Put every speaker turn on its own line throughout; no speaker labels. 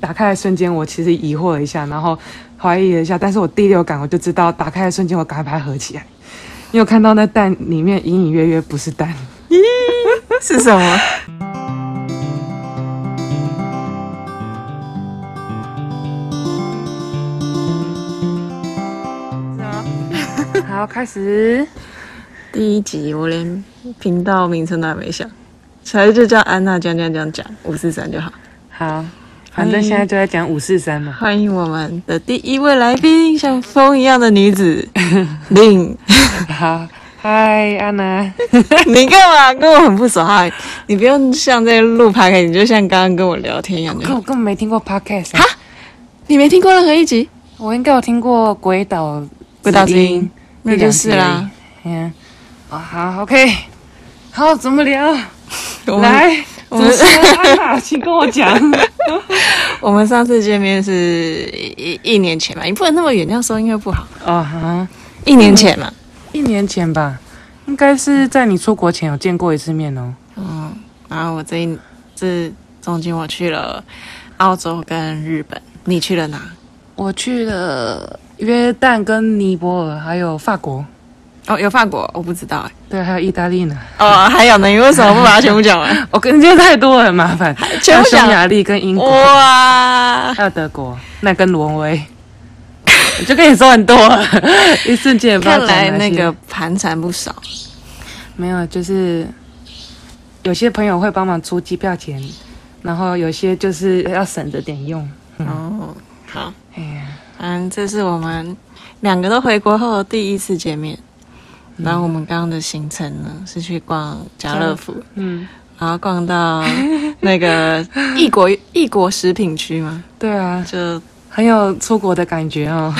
打开的瞬间，我其实疑惑了一下，然后怀疑了一下，但是我第六感我就知道，打开的瞬间我赶快把它合起来，因为我看到那蛋里面隐隐约约不是 蛋。
是什么？
好，开始。
第一集我连频道名称都还没想，还是就叫安娜讲讲讲讲五四三就好。
好，反正现在就在讲五四三嘛。
欢迎我们的第一位来宾，像风一样的女 子令。
好，嗨，安娜。
你干嘛跟我很不熟啊？你不用像在录 p o d 你就像刚刚跟我聊天一样就
可
好。
我根本没听过 podcast，、啊
哈哦你没听过任何一集
我应该有听过鬼岛
《鬼岛之音》，那
一
就
两
是
集而已
啦。。
嗯，啊好，OK，好，怎么聊？
我们
来，
我
主
们
持人安娜，请跟我 讲。
我们上次见面是一一年前嘛，你不能那么远，这样收音会不好。
哦，哈，
一年前嘛，
一年前吧，应该是在你出国前有见过一次面哦。
嗯，然后我这一这中间我去了澳洲跟日本，你去了哪？
我去了约旦、跟尼泊尔，还有法国，
哦，有法国，我不知道哎、
对，还有意大利呢。
哦，还有呢，你为什么不把它全部讲完？
我跟你 讲太多了，很麻烦。
全部
还有
讲
匈牙利跟英国，
哇，
还有德国，那跟挪威， 我就跟你说很多了，一瞬间也不知道
看
讲
来
哪
那
些
个盘缠不少。
没有，就是有些朋友会帮忙出机票钱，然后有些就是要省着点用。
哦，好，
哎呀，
嗯，这是我们两个都回国后的第一次见面。然后我们刚刚的行程呢，是去逛家乐福，
嗯，
然后逛到那个异国异国食品区嘛，
对啊，
就
很有出国的感觉哦。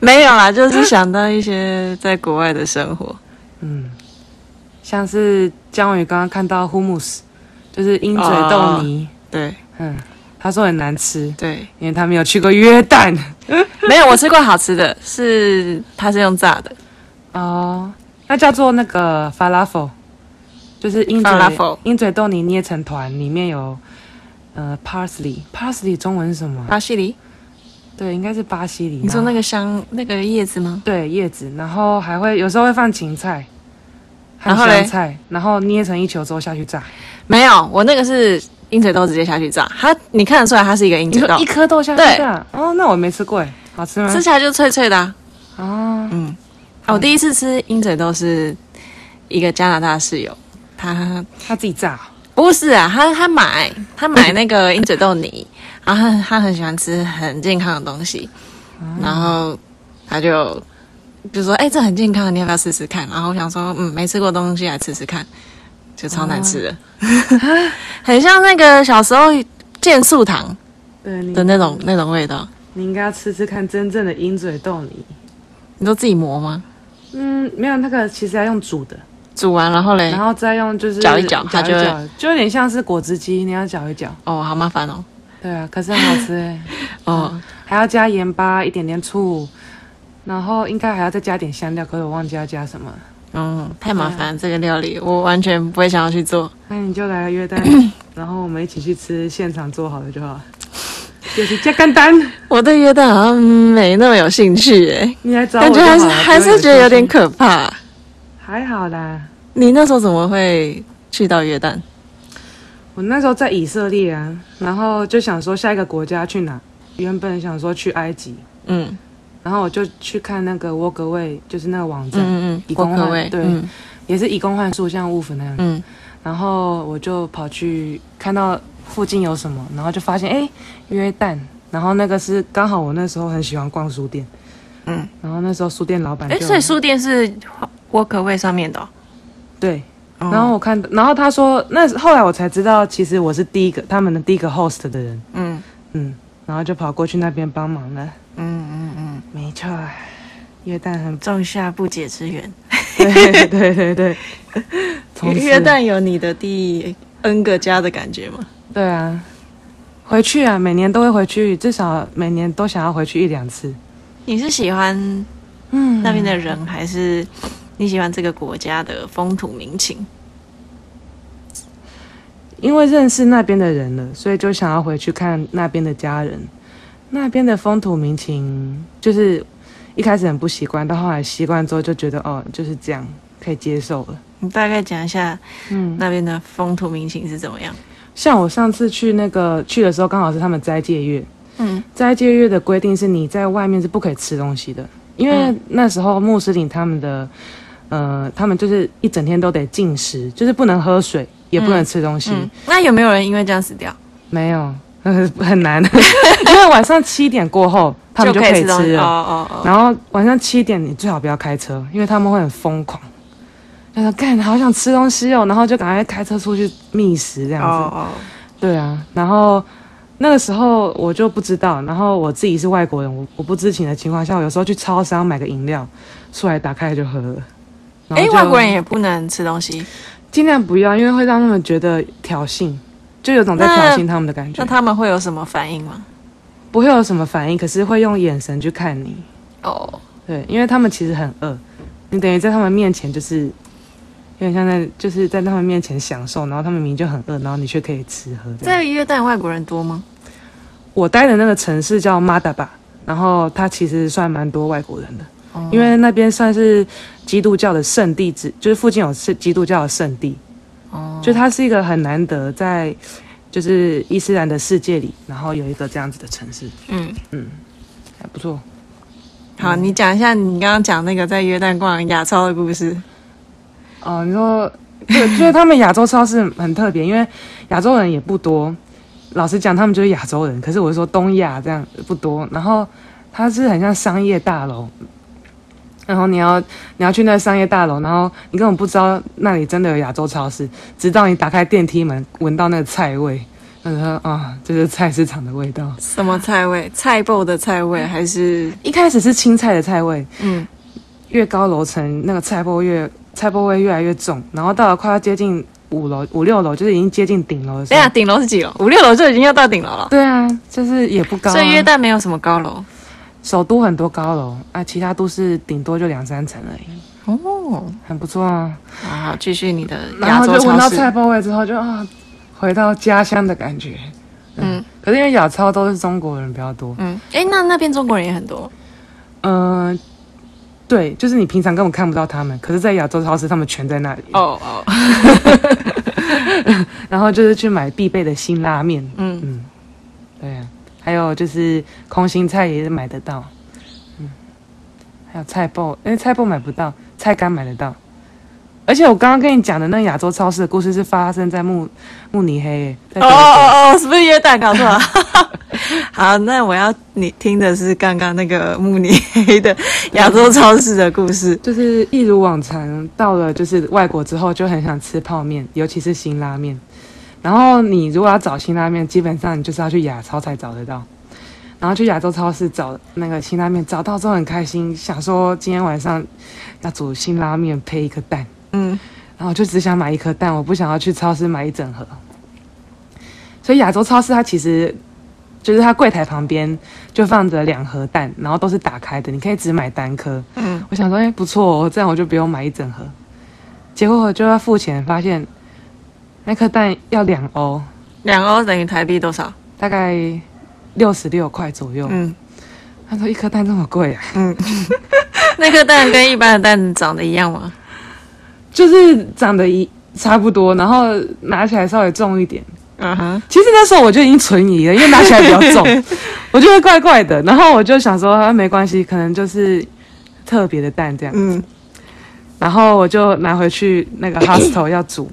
没有啦，就是想到一些在国外的生 活。
嗯，像是姜宇刚刚看到 hummus，就是鹰嘴豆泥，
对
嗯，他说很难吃，
对，
因为他没有去过约旦。
没有，我吃过好吃的，是它是用炸的，
哦，那叫做那个 falafel，就是鹰嘴
Falafel
鹰嘴豆泥捏成团，里面有呃 parsley，parsley 中文是什么啊？
巴西梨。
对，应该是巴西里。
你说那
个？
个香那个叶子吗？
对，叶子，然后还会有时候会放芹菜。和
然后嘞
香菜，然后捏成一球之后下去炸。
没有，我那个是鹰嘴豆直接下去炸，它你看得出来它是一个鹰
你
嘴
说
豆
一，颗豆下去
对
炸？哦，那我没吃过哎，好吃吗
吃？起来就脆脆的、啊。
哦，
嗯，啊我第一次吃鹰嘴豆是一个加拿大室友，他
他自己炸哦。
不是啊，他他买他买那个鹰嘴豆泥，然后他他很喜欢吃很健康的东西，
嗯
然后他就就说：“哎、这很健康，你要不要试试看？”然后我想说：“嗯，没吃过东西来吃吃看，就超难吃的，
啊
很像那个小时候健素糖
对，
的
你
那种那种味道。
你应该要吃吃看真正的鹰嘴豆泥。
你都自己磨吗？
嗯，没有那个其实要用煮的，
煮完然后嘞
然，后再用就是
搅一搅它就会
搅，就有点像是果汁机，你要搅一搅。
哦，好麻烦哦，
对啊，可是很好吃 哎，
哦，
还要加盐巴，一点点醋，然后应该还要再加点香料，可是我忘记要加什么了。
嗯，太麻
啊
烦了这个料理，我完全不会想要去做。
那你就来 约旦，然后我们一起去吃现场做好的就好了。就是加干单，
我对约旦好像没那么有兴趣哎、
你来找我
感
就好
觉还
了
是还是觉得有点，可怕。
不要有兴趣还好啦。
你那时候怎么会去到约旦？
我那时候在以色列啊，然后就想说下一个国家去哪，原本想说去埃及，
嗯
然后我就去看那个沃格位，就是那个网站，
嗯嗯
以
嗯，
工
国
换
科位，
对
嗯
也是以工换宿，像乌府那样。
嗯，
然后我就跑去看到附近有什么，然后就发现哎约旦，然后那个是刚好我那时候很喜欢逛书店，
嗯，
然后那时候书店老板就
哎、所以书店是国科位上面的哦、
对，
哦
然后我看，然后他说那后来我才知道，其实我是第一个他们的第一个 host 的人，
嗯
嗯，然后就跑过去那边帮忙了，
嗯嗯嗯，
没错，约旦很
种下不解之缘。
对对对对，从此
约旦有你的第 N 个家的感觉吗？
对啊，回去啊，每年都会回去，至少每年都想要回去一两次。
你是喜欢
嗯
那边的人，还是你喜欢这个国家的风土民情？
因为认识那边的人了，所以就想要回去看那边的家人，那边的风土民情，就是一开始很不习惯，到后来习惯之后就觉得哦，就是这样可以接受了。
你大概讲一下
嗯，
那边的风土民情是怎么样？
像我上次去那个去的时候，刚好是他们斋戒月，
嗯
斋戒月的规定是你在外面是不可以吃东西的，因为
嗯
那时候穆斯林他们的，呃，他们就是一整天都得禁食，就是不能喝水，也不能吃东西，
嗯，那有没有人因为这样死掉？
没有， 很 难，因为晚上七点过后他们就
就
可以
以东西
吃
哦
了，
哦哦，
然后晚上七点你最好不要开车，因为他们会很疯狂。他说：“干，好想吃东西哦！”然后就赶快开车出去觅食这样子。
哦哦，
对啊，然后那个时候我就不知道，然后我自己是外国人，我我不知情的情况下，我有时候去超商买个饮料，出来打开就喝了。然后
哎，
就
外国人也不能吃东西，
尽量不要，因为会让他们觉得挑衅，就有种在挑衅他们的感觉
那，他们会有什么反应吗？
不会有什么反应，可是会用眼神去看你。
哦，
对，因为他们其实很饿，你等于在他们面前就是有点像在就是在他们面前享受，然后他们明明就很饿，然后你却可以吃喝。这样
在约旦外国人多吗？
我待的那个城市叫马达巴，然后它其实算蛮多外国人的，
哦
因为那边算是基督教的圣地之，就是附近有是基督教的圣地，
哦，
就它是一个很难得在就是伊斯兰的世界里，然后有一个这样子的城市，
嗯，
还不错。
好，
嗯
你讲一下你刚刚讲那个在约旦逛亚超的故事。
哦，你说，对，就是他们亚洲超市很特别，因为亚洲人也不多。老实讲，他们就是亚洲人，可是我是说东亚这样不多。然后它是很像商业大楼，然后你要 你要去那商业大楼，然后你根本不知道那里真的有亚洲超市，直到你打开电梯门，闻到那个菜味，那时候啊，这是菜市场的味道。
什么菜味？ 菜爆的菜味还是
一开始是青菜的菜味，
嗯
越高楼层那个菜粕越菜粕味越来越重，然后到了快要接近五楼、五六楼，就是已经接近顶楼的时
对啊，
候。
顶楼是几楼？五六楼就已经要到顶楼了。
对啊，就是也不高、啊，
所以约旦没有什么高楼
首都很多高楼啊，其他都市顶多就两三层而已，
哦。
很不错啊。
好好，继续你的
然
亚
后
洲
就闻
超
到
市。
菜粕味之后就，啊，回到家乡的感觉。
嗯
可是因为亚超都是中国人比较多，
嗯，哎、那那边中国人也很多
嗯、对，就是你平常根本看不到他们，可是，在亚洲超市他们全在那里。
哦哦，
然后就是去买必备的辛拉面，
嗯，
嗯，对啊，还有就是空心菜也是买得到，嗯，还有菜包，因为菜包买不到，菜干买得到。而且我刚刚跟你讲的那个亚洲超市的故事是发生在慕慕尼黑耶，在
哦
德国
哦哦，是不是约旦搞 错了？好，那我要你听的是刚刚那个慕尼黑的亚洲超市的故事。
就是一如往常，到了就是外国之后就很想吃泡面，尤其是辛拉面。然后你如果要找辛拉面，基本上你就是要去亚超才找得到。然后去亚洲超市找那个辛拉面，找到之后很开心，想说今天晚上要煮辛拉面配一颗蛋，
嗯，
然后我就只想买一颗蛋，我不想要去超市买一整盒。所以亚洲超市它其实就是它柜台旁边就放着两盒蛋，然后都是打开的，你可以只买单颗。
嗯，
我想说，哎、不错、哦，这样我就不用买一整盒。结果我就要付钱，发现那颗蛋要两欧，
两欧等于台币多少？
大概六十六块左右。
嗯
他说一颗蛋这么贵啊，
嗯，那颗蛋跟一般的蛋长得一样吗？
就是长得一差不多，然后拿起来稍微重一点。
嗯哼，
其实那时候我就已经存疑了，因为拿起来比较重， 我觉得怪怪的。然后我就想说，啊、没关系，可能就是特别的蛋这样。
嗯。
然后我就拿回去那 个 hostel 要煮。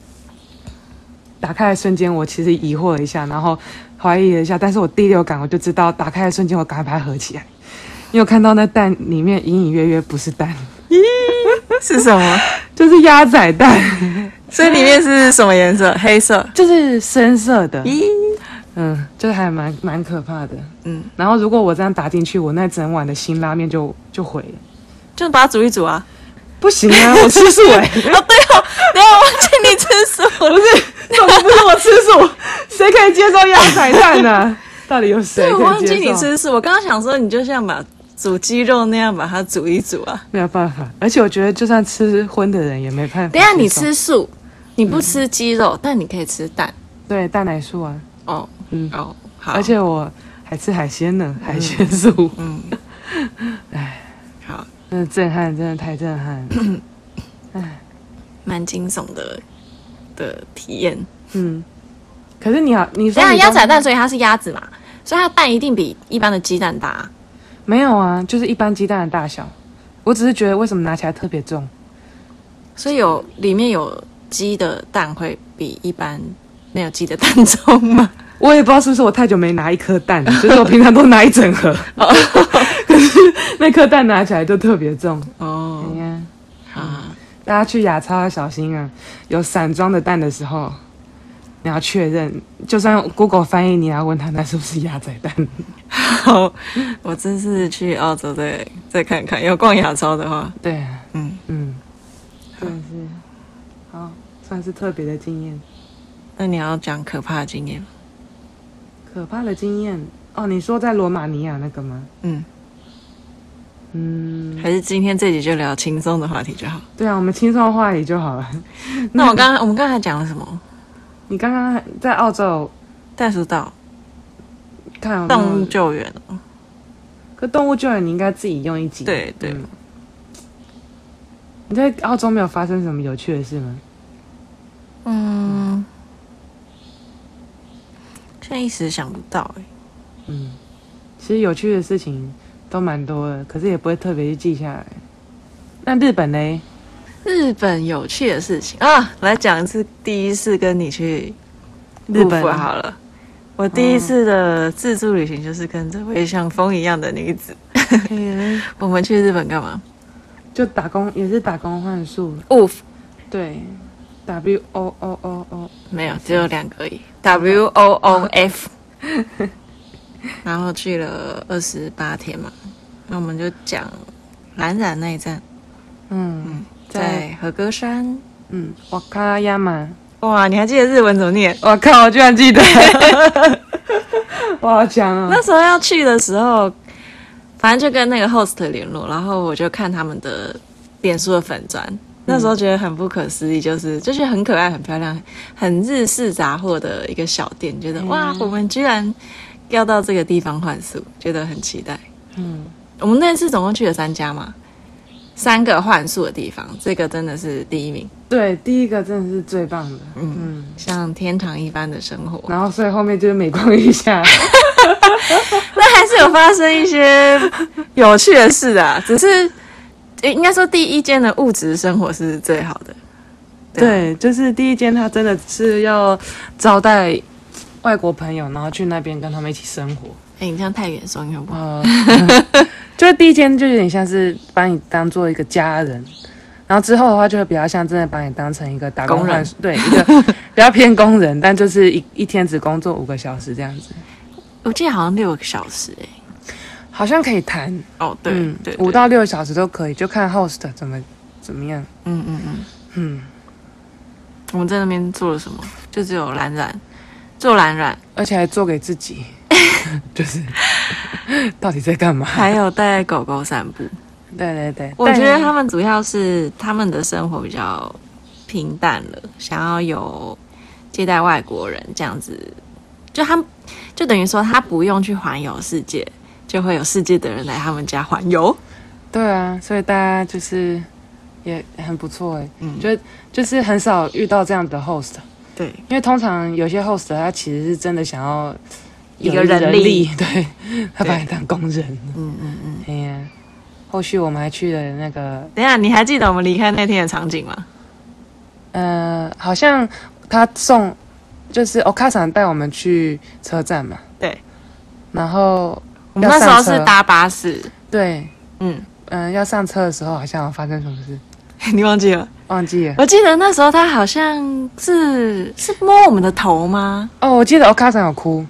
打开的瞬间，我其实疑惑了一下，然后怀疑了一下，但是我第六感我就知道，打开的瞬间我赶快把它合起来，因为我看到那蛋里面隐隐约约不是蛋，
是什么？
就是鸭仔蛋，
所以里面是什么颜色？黑色。
就是深色的，
咦，
嗯，就是还蛮蛮可怕的。
嗯，
然后如果我这样打进去，我那整碗的辛拉面就就毁了。
就把它煮一煮啊。
不行 啊，我吃素哎、欸，
哦，对哦，等一下我忘记你吃什么了。
怎么不是我吃素？ 谁可以接受鸭仔蛋呢、 到底有谁
对，我
可
忘
以接受？
记你吃什么。我刚刚想说，你就像把煮鸡肉那样把它煮一煮啊。
没有办法，而且我觉得就算吃荤的人也没办法接受。嗯
等一下你吃素，你不吃鸡肉，但你可以吃蛋。
对，蛋奶素啊，
哦，
嗯
哦，好，
而且我还吃海鲜呢，海鲜素，
嗯，
哎，
好，
真的震撼，真的太震撼 了。
蛮惊悚的的体验。
嗯，可是你好，你
这
说
样
你
鸭
刚
仔蛋，所以它是鸭子嘛，所以它的蛋一定比一般的鸡蛋大啊。
没有啊，就是一般鸡蛋的大小。我只是觉得为什么拿起来特别重，
所以有里面有鸡的蛋会比一般没有鸡的蛋重吗？
我也不知道是不是我太久没拿一颗蛋， 就是我平常都拿一整盒， 可是那颗蛋拿起来就特别重。
哦
哎，呀，
啊，
大家去亚超要小心啊！有散装的蛋的时候，你要确认，就算用 Google 翻译，你也要问他那是不是鸭仔蛋。
好，我这次去澳洲再再看看，要逛亚超的话，
对啊，
嗯，
嗯，算是好，算是特别的经验，
那你要讲可怕的经验吗？
可怕的经验哦。你说在罗马尼亚那个吗？
嗯，
嗯，
还是今天这集就聊轻松的话题就好。
对啊，我们轻松的话题就好了。
那我刚刚我们刚才讲了什么？
你刚刚在澳洲
袋鼠岛
看有没有
动物救援哦，
可动物救援你应该自己用一集。
对对
嗯你在澳洲没有发生什么有趣的事吗？
嗯，现在一时想不到哎、
嗯，其实有趣的事情都蛮多的，可是也不会特别去记下来。那日本嘞？
日本有趣的事情啊，来讲一次第一次跟你去
日本
陆府好了。我第一次的自助旅行就是跟这位像风一样的女子，
嘿
我们去日本干嘛
就打工也是打工换宿，
？Woof
对，W O O O O，
没有，只有两个而已。W O O F，然后去了二十八天嘛，那我们就讲蓝染那一站，
嗯，在
在和歌山。
嗯，瓦卡亚马，
哇，你还记得日文怎么念？
我靠，我居然记得，我好强哦！
那时候要去的时候，反正就跟那个 host 联络，然后我就看他们的脸书的粉砖。那时候觉得很不可思议，就是就是很可爱、很漂亮、很日式杂货的一个小店，觉得哇，我们居然要到这个地方换宿，觉得很期待。
嗯，
我们那次总共去了三家嘛，三个换宿的地方，这个真的是第一名，
对，第一个真的是最棒的，嗯
像天堂一般的生活。
然后所以后面就是每逛一 下，
那还是有发生一些有趣的事啊， 只是诶应该说第一间的物质生活是最好的。啊，
对，就是第一间他真的是要招待外国朋友，然后去那边跟他们一起生活，
哎、你这样太远，说音好不好？
呃，就是第一间就有点像是把你当做一个家人，然后之后的话就会比较像真的把你当成一个打工
工人
换宿，对，一个 比较偏工人，但就是一一天只工作五个小时这样子，
我记得好像六个小时哎、
好像可以谈，
哦，对、
嗯
对，
五
对
到六个小时都可以，就看 host 怎么怎么样，
嗯嗯嗯，
嗯，
我们在那边做了什么？就只有蓝染，做蓝染，
而且还做给自 己，就是到底在干嘛？
还有带狗狗散步。
对对对，
我觉得
但
他们主要是他们的生活比较平淡了，想要有接待外国人这样子，就他们就等于说他不用去环游世界，就会有世界的人来他们家环游。
对啊，所以大家就是也很不错哎，
嗯
就就是很少遇到这样的 host，
对，
因为通常有些 host 他其实是真的想要
一个
有
人力
力，对， 他把
对
你当工人，
嗯嗯嗯。
哎呀、后续我们还去了那个，
等一下，你还记得我们离开那天的场景吗？
呃，好像他送就是欧卡桑带我们去车站嘛，
对，
然后
我们
要
那时候
上车
是搭巴士，
对，
嗯，
嗯、要上车的时候好像有发生什么事，
你忘记了？
忘记了。
我记得那时候他好像是是摸我们的头吗？
哦，我记得欧卡桑有哭，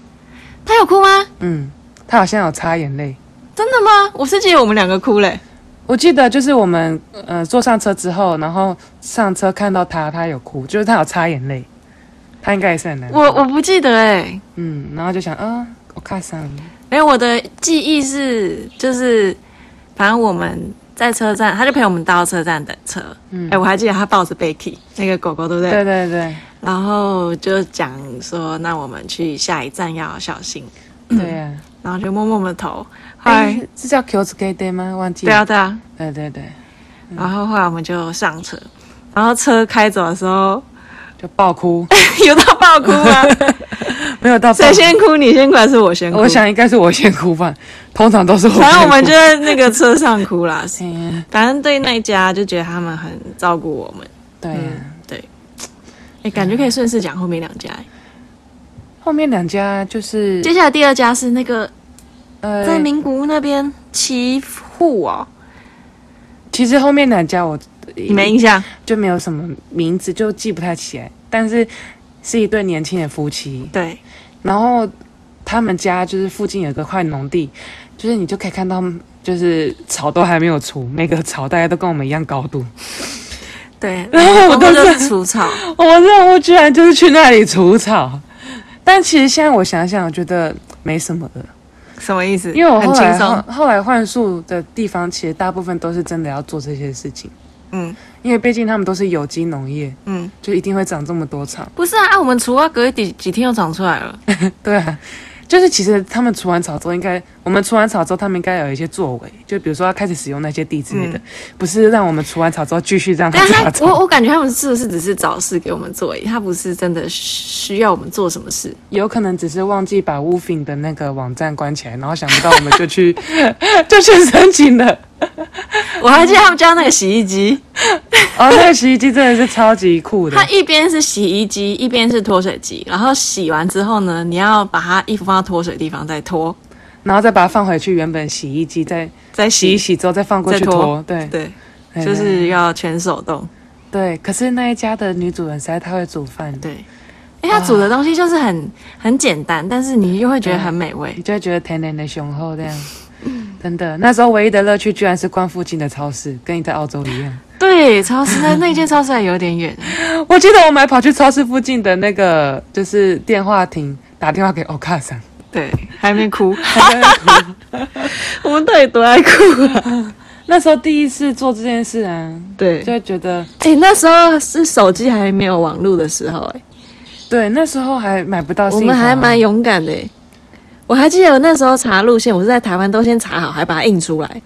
他有哭吗？
嗯，他好像有擦眼泪。
真的吗？我是记得我们两个哭嘞、
我记得就是我们呃坐上车之后，然后上车看到他，他有哭，就是他有擦眼泪，他应该也是很难过。
我我不记得哎、
嗯，然后就想啊，我看上
没有，哎我的记忆是就是，反正我们在车站，他就陪我们到车站等车。哎、
嗯
我还记得他抱着 Becky 那个狗狗，对不对？
对对对，
然后就讲说，那我们去下一站要小心，
对呀、
然后就摸摸我们的头，后来、
哎，是叫 Q S K Day 吗？忘记
对啊，对啊，
对对对，嗯
然后后来我们就上车，然后车开走的时候
就爆哭，
有到爆 哭吗？
没有到爆
谁先哭？你先哭还是我先哭？
我，想应该是我先哭吧，通常都是我先哭。
反正我们就在那个车上哭啦。
哎呀
反正对那一家就觉得他们很照顾我们，
对啊呀、
嗯，对。哎，感觉可以顺势讲后面两家。哎
后面两家就是
接下来第二家是那个
呃，
在名古屋那边岐户哦，
其实后面两家我呃
你没印象？
就没有什么名字，就记不太起来。但是是一对年轻的夫妻，
对，
然后他们家就是附近有个块农地，就是你就可以看到，就是草都还没有除，每个草大概都跟我们一样高 度。
对，
然后我
们
都
就是是除草，
哦我任务居然就是去那里除草，但其实现在我想想，我觉得没什么的，
什么意思？
因为我
很
后
轻
来后
松，
后来换宿的地方，其实大部分都是真的要做这些事情，
嗯
因为毕竟他们都是有机农业，
嗯，
就一定会长这么多草。
不是啊，啊我们除啊，隔几几天又长出来 了，
对啊，就是其实他们除完草之后，应该我们除完草之后，他们应该有一些作为，就比如说要开始使用那些地之类的，不是让我们除完草之后继续让它
嗯 但
杂
他我
草。
我感觉他们是不是只是找事给我们做而已，他不是真的需要我们做什么事，
有可能只是忘记把 Woofing 的那个网站关起来，然后想不到我们就去 就去申请了。
我还记得他们家那个洗衣机，
哦，那个洗衣机真的是超级酷的
它，一边是洗衣机，一边是脱水机，然后洗完之后呢，你要把它衣服放到脱水的地方再脱，
然后再把它放回去原本洗衣机，再
再
洗一
洗，
洗之后再放过去
再拖
拖。对，
对，
哎
就是要全手动，
对。可是那一家的女主人实在太会煮饭了，
对。因为它煮的东西就是很很简单，但是你又会觉得很美味
你。就会觉得甜甜的雄厚这样。真的，那时候唯一的乐趣居然是逛附近的超市，跟你在澳洲一样。
对，超市那那间超市还有点远，
我记得我们还跑去超市附近的那个就是电话亭打电话给欧卡桑，
对，还没哭。
他在那边哭
我们到底多爱哭啊？
那时候第一次做这件事啊，
对
就会觉得
哎、那时候是手机还没有网络的时候、哎，
对，那时候还买不到啊
我
信
们还
号
蛮勇敢的、哎我还记得我那时候查路线，我是在台湾都先查好，还把它印出来。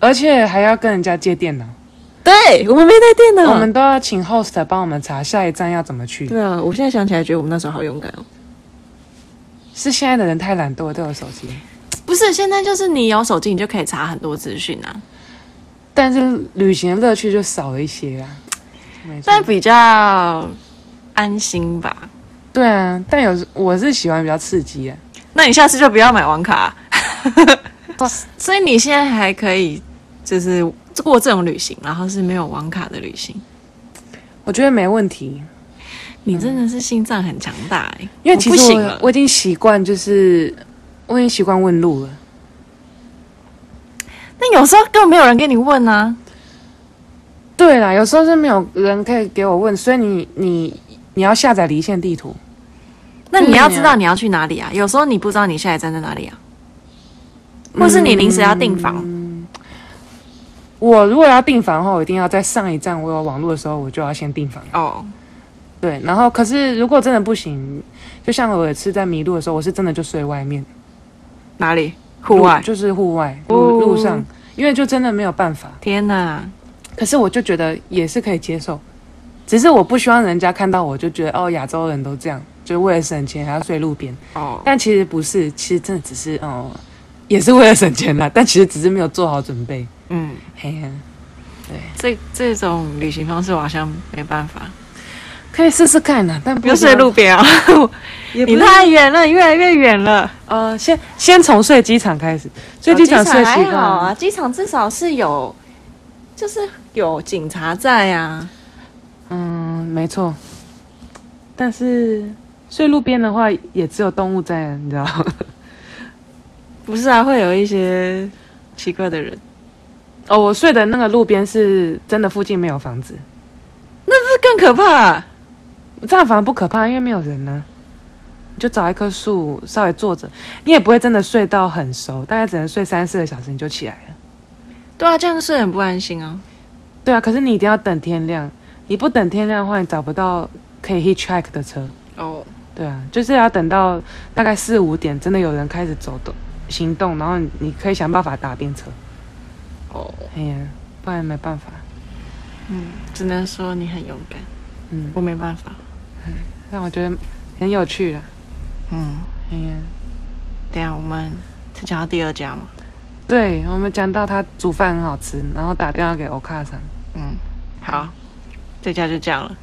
而且还要跟人家借电脑，
对，我们没带电脑。
我们都要请 host 帮我们查下一站要怎么去。
嗯对啊，我现在想起来觉得我们那时候好勇敢哦。
是现在的人太懒惰，都有手机。
不是，现在就是你有手机，你就可以查很多资讯 啊。
但是旅行的乐趣就少了一些啊。没错
但比较安心吧。
对啊，但有时我是喜欢比较刺激啊。
那你下次就不要买网 卡、所以你现在还可以，就是过这种旅行，然后是没有网卡的旅行。
我觉得没问题，
你真的是心脏很强大哎、
因为其
我不
实
行
我
了
我已经习惯，就是我已经习惯问路了。
但有时候根本没有人跟你问啊。
对啦，有时候是没有人可以给我问，所以你你你要下载离线地图。
那你
对
要
呀
知道你要去哪里啊？有时候你不知道你下一站在哪里啊，或是你临时要订房，
我如果要订房的话，我一定要在上一站我有网络的时候，我就要先订房。
哦，
对，然后可是如果真的不行，就像我有一次在迷路的时候，我是真的就睡外面，
哪里？户
路
外？
就是户外
哦
路路上，因为就真的没有办法。
天哪！
可是我就觉得也是可以接受，只是我不希望人家看到我就觉得哦，亚洲人都这样，就为了省钱还要睡路边。
哦，
但其实不是，其实真的只是哦，也是为了省钱啦，但 其实只是没有做好准备。
嗯，
嘿呀、
这这种旅行方式我好像没办法，
可以试试看呐、但
不
不
要
要
睡路，边啊！
也不
你
是
太远了，越来越远了。
呃，先先从睡机场开始，睡哦机场睡习
还
惯、
好啊，机场至少是有，就是有警察在啊。
嗯，没错。但是睡路边的话，也只有动物在啊，你知道？
不是啊，会有一些奇怪的人。
哦，我睡的那个路边是真的附近没有房子，
这更可怕、
这样反而不可怕，因为没有人呢、你就找一棵树稍微坐着，你也不会真的睡到很熟，大概只能睡三四个小时你就起来了。
对啊，这样睡很不安心啊。
对啊，可是你一定要等天亮，你不等天亮的话，你找不到可以 hitchhike 的车。
哦，
对啊，就是要等到大概四五点，真的有人开始走动行动，然后你可以想办法打便车。
哦，
哎呀，不然没办法。
嗯，只能说你很勇敢，
嗯，
我没办法。
但我觉得很有趣啦。
嗯，
哎呀，
等一下我们再讲到第二家嘛。
对我们讲到他煮饭很好吃，然后打电话给欧卡桑。
嗯，好，这家就这样了。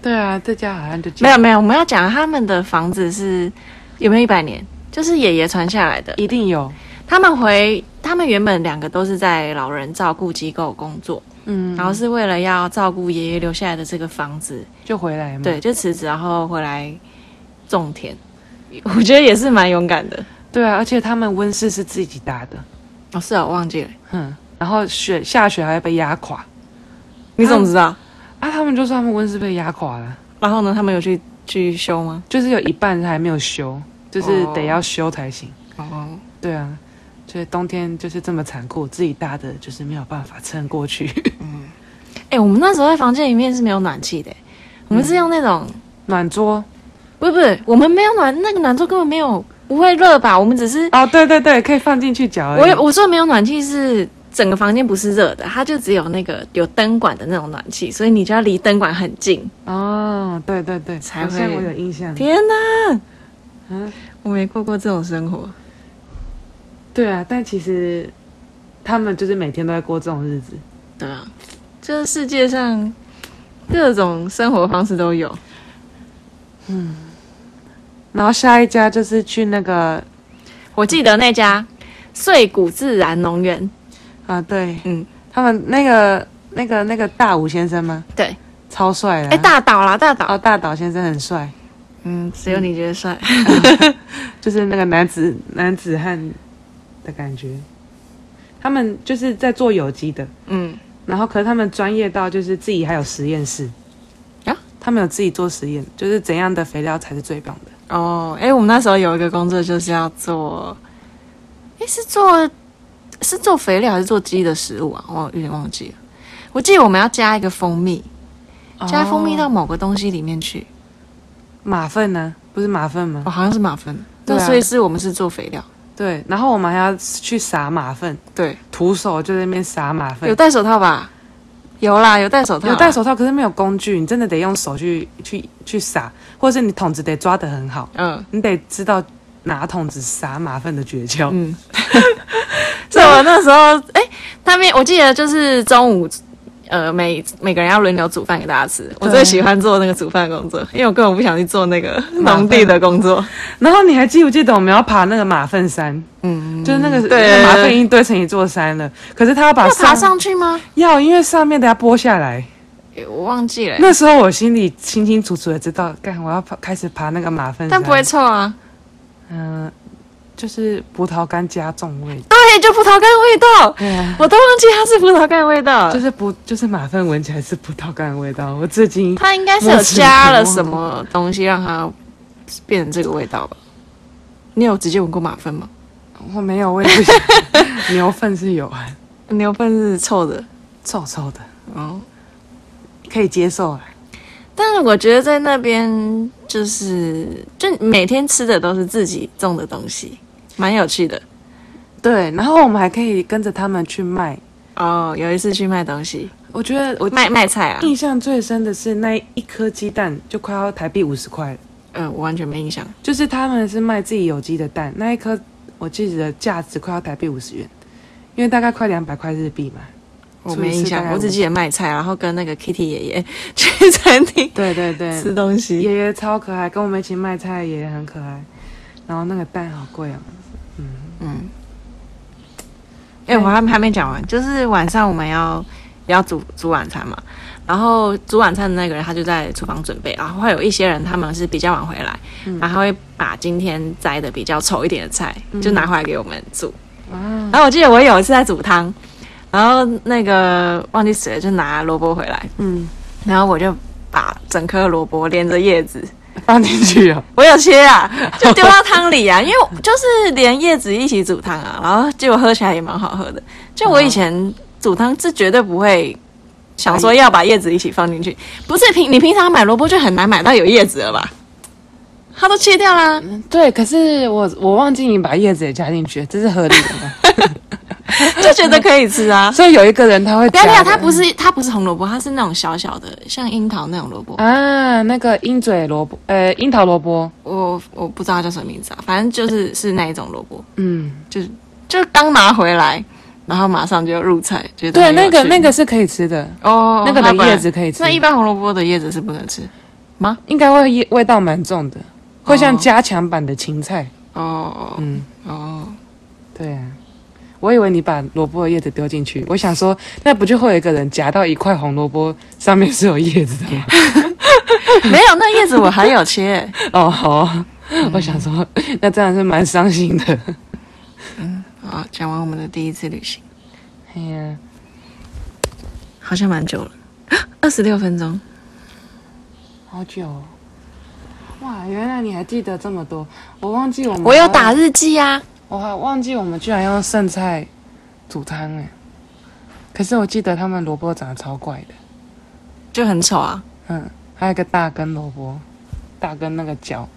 对啊，这家好像就这
没有
样
没有，我们要讲他们的房子是有没有一百年，就是爷爷传下来的。
一定有。
他们回，他们原本两个都是在老人照顾机构工作，
嗯，
然后是为了要照顾爷爷留下来的这个房子，
就回来嘛。
对，就辞职然后回来种田，我觉得也是蛮勇敢的。
对啊，而且他们温室是自己搭的，
哦，是哦，我忘记了，
哼。然后雪下雪还被压垮
你怎么知道？
啊！他们就说他们温室被压垮了，
然后呢，他们有去去修吗？
就是有一半还没有修，就是
哦
得要修才行。
哦，
对啊，所以冬天就是这么残酷，自己搭的就是没有办法撑过去。
哎、我们那时候在房间里面是没有暖气的，我们是用那种，
暖桌
不是不是，我们没有暖，那个暖桌根本没有不会热吧？我们只是
哦，对对对，可以放进去嚼而已。
我有我说没有暖气是整个房间不是热的，它就只有那个有灯管的那种暖气，所以你就要离灯管很近。
哦，对对对，
才
好像
会
我有印象。
天哪，
嗯，
我没过过这种生活。
对啊，但其实他们就是每天都在过这种日子。
对啊，这世界上各种生活方式都有。
然后下一家就是去那个
我记得那家碎谷自然农园，
啊，对，
嗯，
他们那个那个那个大武先生吗？
对，
超帅的啊。
哎，大岛啦，大岛，
哦，大岛先生很 帅，
嗯，只有你觉得帅。
就是那个男子男子汉的感觉。他们就是在做有机的，
嗯，
然后可是他们专业到就是自己还有实验室
啊，
他们有自己做实验，就是怎样的肥料才是最棒的。
哦，哎，我们那时候有一个工作就是要做，哎，是做是做肥料还是做鸡的食物啊？我有点忘记了。我记得我们要加一个蜂蜜，
哦
哦加蜂蜜到某个东西里面去，
马粪呢、不是马粪吗
哦，？好像是马芬。
对
那
啊
所以是我们是做肥料，
对，然后我们还要去撒马粪，
对，
徒手就在那边撒马粪
有。戴手套吧？有啦，有戴手套，啊
有戴，手套，可是没有工具，你真的得用手去去去撒，或者是你桶子得抓得很好，
嗯
你得知道拿桶子撒马粪的诀窍。
嗯。所以我那时候，哎、他们我记得就是中午。呃，每每个人要轮流煮饭给大家吃。我最喜欢做那个煮饭工作，因为我根本不想去做那个
麻烦
农地的工作。
然后你还记不记得我们要爬那个马粪山？
嗯，
就是那个
对
那个马粪已经堆成一座山了，可是他要把
要爬上去吗？
要，因为上面的要剥下来。
诶我忘记了、
那时候我心里清清楚楚的知道，干我要爬开始爬那个马粪山，
但不会臭啊。
嗯、就是葡萄干加重味，
对，就葡萄干的味道，
对啊，
我都忘记它是葡萄干的味道。
就是不就是马粪闻起来是葡萄干的味道，我至今
它应该是有加了什么东西让它变成这个味道吧？你有直接闻过马粪吗？
我没有，我也不想。牛粪是有啊，
牛粪是臭的
臭臭的，
哦，
可以接受啊。
但是我觉得在那边就是就每天吃的都是自己种的东西，蛮有趣的
对，然后我们还可以跟着他们去卖。
哦。有一次去卖东西，
我觉得我
卖卖菜啊，
印象最深的是那一颗鸡蛋就快要台币五十块了，
呃，我完全没印象。
就是他们是卖自己有机的蛋，那一颗我记得价值快要台币五十元，因为大概快两百块日币嘛。
我没
所以
印象，
是大概
我只记得卖菜，然后跟那个 Kitty 爷爷 去餐厅
对对对，
吃东西。
爷爷超可爱，跟我们一起卖菜，爷爷很可爱。然后那个蛋好贵哦，
嗯，哎、我还还没讲完，就是晚上我们要要煮煮晚餐嘛，然后煮晚餐的那个人他就在厨房准备，然后会有一些人他们是比较晚回来，然后会把今天摘的比较丑一点的菜就拿回来给我们煮。
哇，
然后我记得我有一次在煮汤，然后那个忘记洗了，就拿萝卜回来，
嗯，
然后我就把整颗萝卜连着叶子。
放进去哦。
我有切啊， 就丢到汤里啊，因为我就是连叶子一起煮汤啊，然后结果喝起来也蛮好喝的。就我以前煮汤是绝对不会想说要把叶子一起放进去。不是平你平常买萝卜就很难买到有叶子了吧？它都切掉啦，
对，可是我我忘记你把叶子也加进去，这是合理的 吗？
就觉得可以吃 啊。
所以有一个人他会
不要不
加
要，
的
它不是它不是红萝卜，它是那种小小的，像樱桃那种萝卜。
啊，那个鹰嘴萝卜，呃，樱桃萝卜，
我我不知道它叫什么名字啊，反正就是是那一种萝卜，
嗯，
就是就是刚拿回来，然后马上就入菜，觉得
对，
很有
那个
趣
那个是可以吃的，
哦，
那个的
它本来
叶子可以吃
那一般红萝卜的叶子是不能吃
应该会叶味道蛮重的，会像
哦
加强版的芹菜，
哦
嗯，
哦，
对啊。我以为你把萝卜的叶子丢进去，我想说，那不就会有一个人夹到一块红萝卜上面是有叶子的 吗？
没有那叶子我还有切，
哦，好啊
嗯
我想说，那这样是蛮伤心的。
好，讲完我们的第一次旅行，
哎呀，
好像蛮久了， 二十六分钟。
好久、哦，哇，原来你还记得这么多，我忘记我们
我有
还
打日记啊，
我还忘记我们居然用剩菜煮汤哎、可是我记得他们萝卜长得超怪的，
就很丑啊。
嗯，还有一个大根萝卜，大根那个脚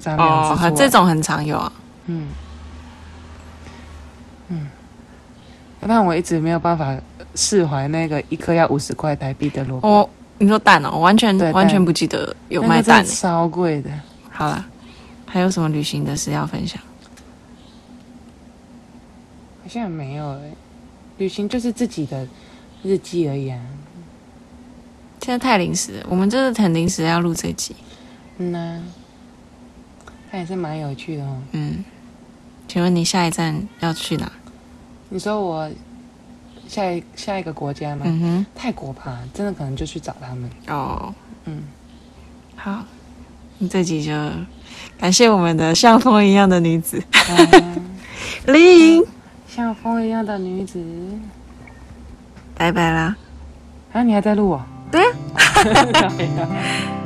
长两只
哦
出来、，
这种很常有啊。
嗯嗯，但我一直没有办法释怀那个一颗要五十块台币的萝卜，
哦，你说蛋哦，我完全
对蛋
完全不记得有
那个
卖
真的
蛋欸。
超贵的。
好啦，还有什么旅行的事要分享？
好像没有哎、旅行就是自己的日记而已啊。
现在太临时了，我们就是很临时要录这集。
嗯呐、那也是蛮有趣的哦。
嗯，请问你下一站要去哪？
你说我下一下一个国家吗？
嗯
泰国吧，真的可能就去找他们。
哼，哦，
嗯，
好，你这集就感谢我们的像风一样的女子
嗯
丽颖，
像风一样的女子。
拜拜啦。
啊，你还在录哦？
对啊，
对呀。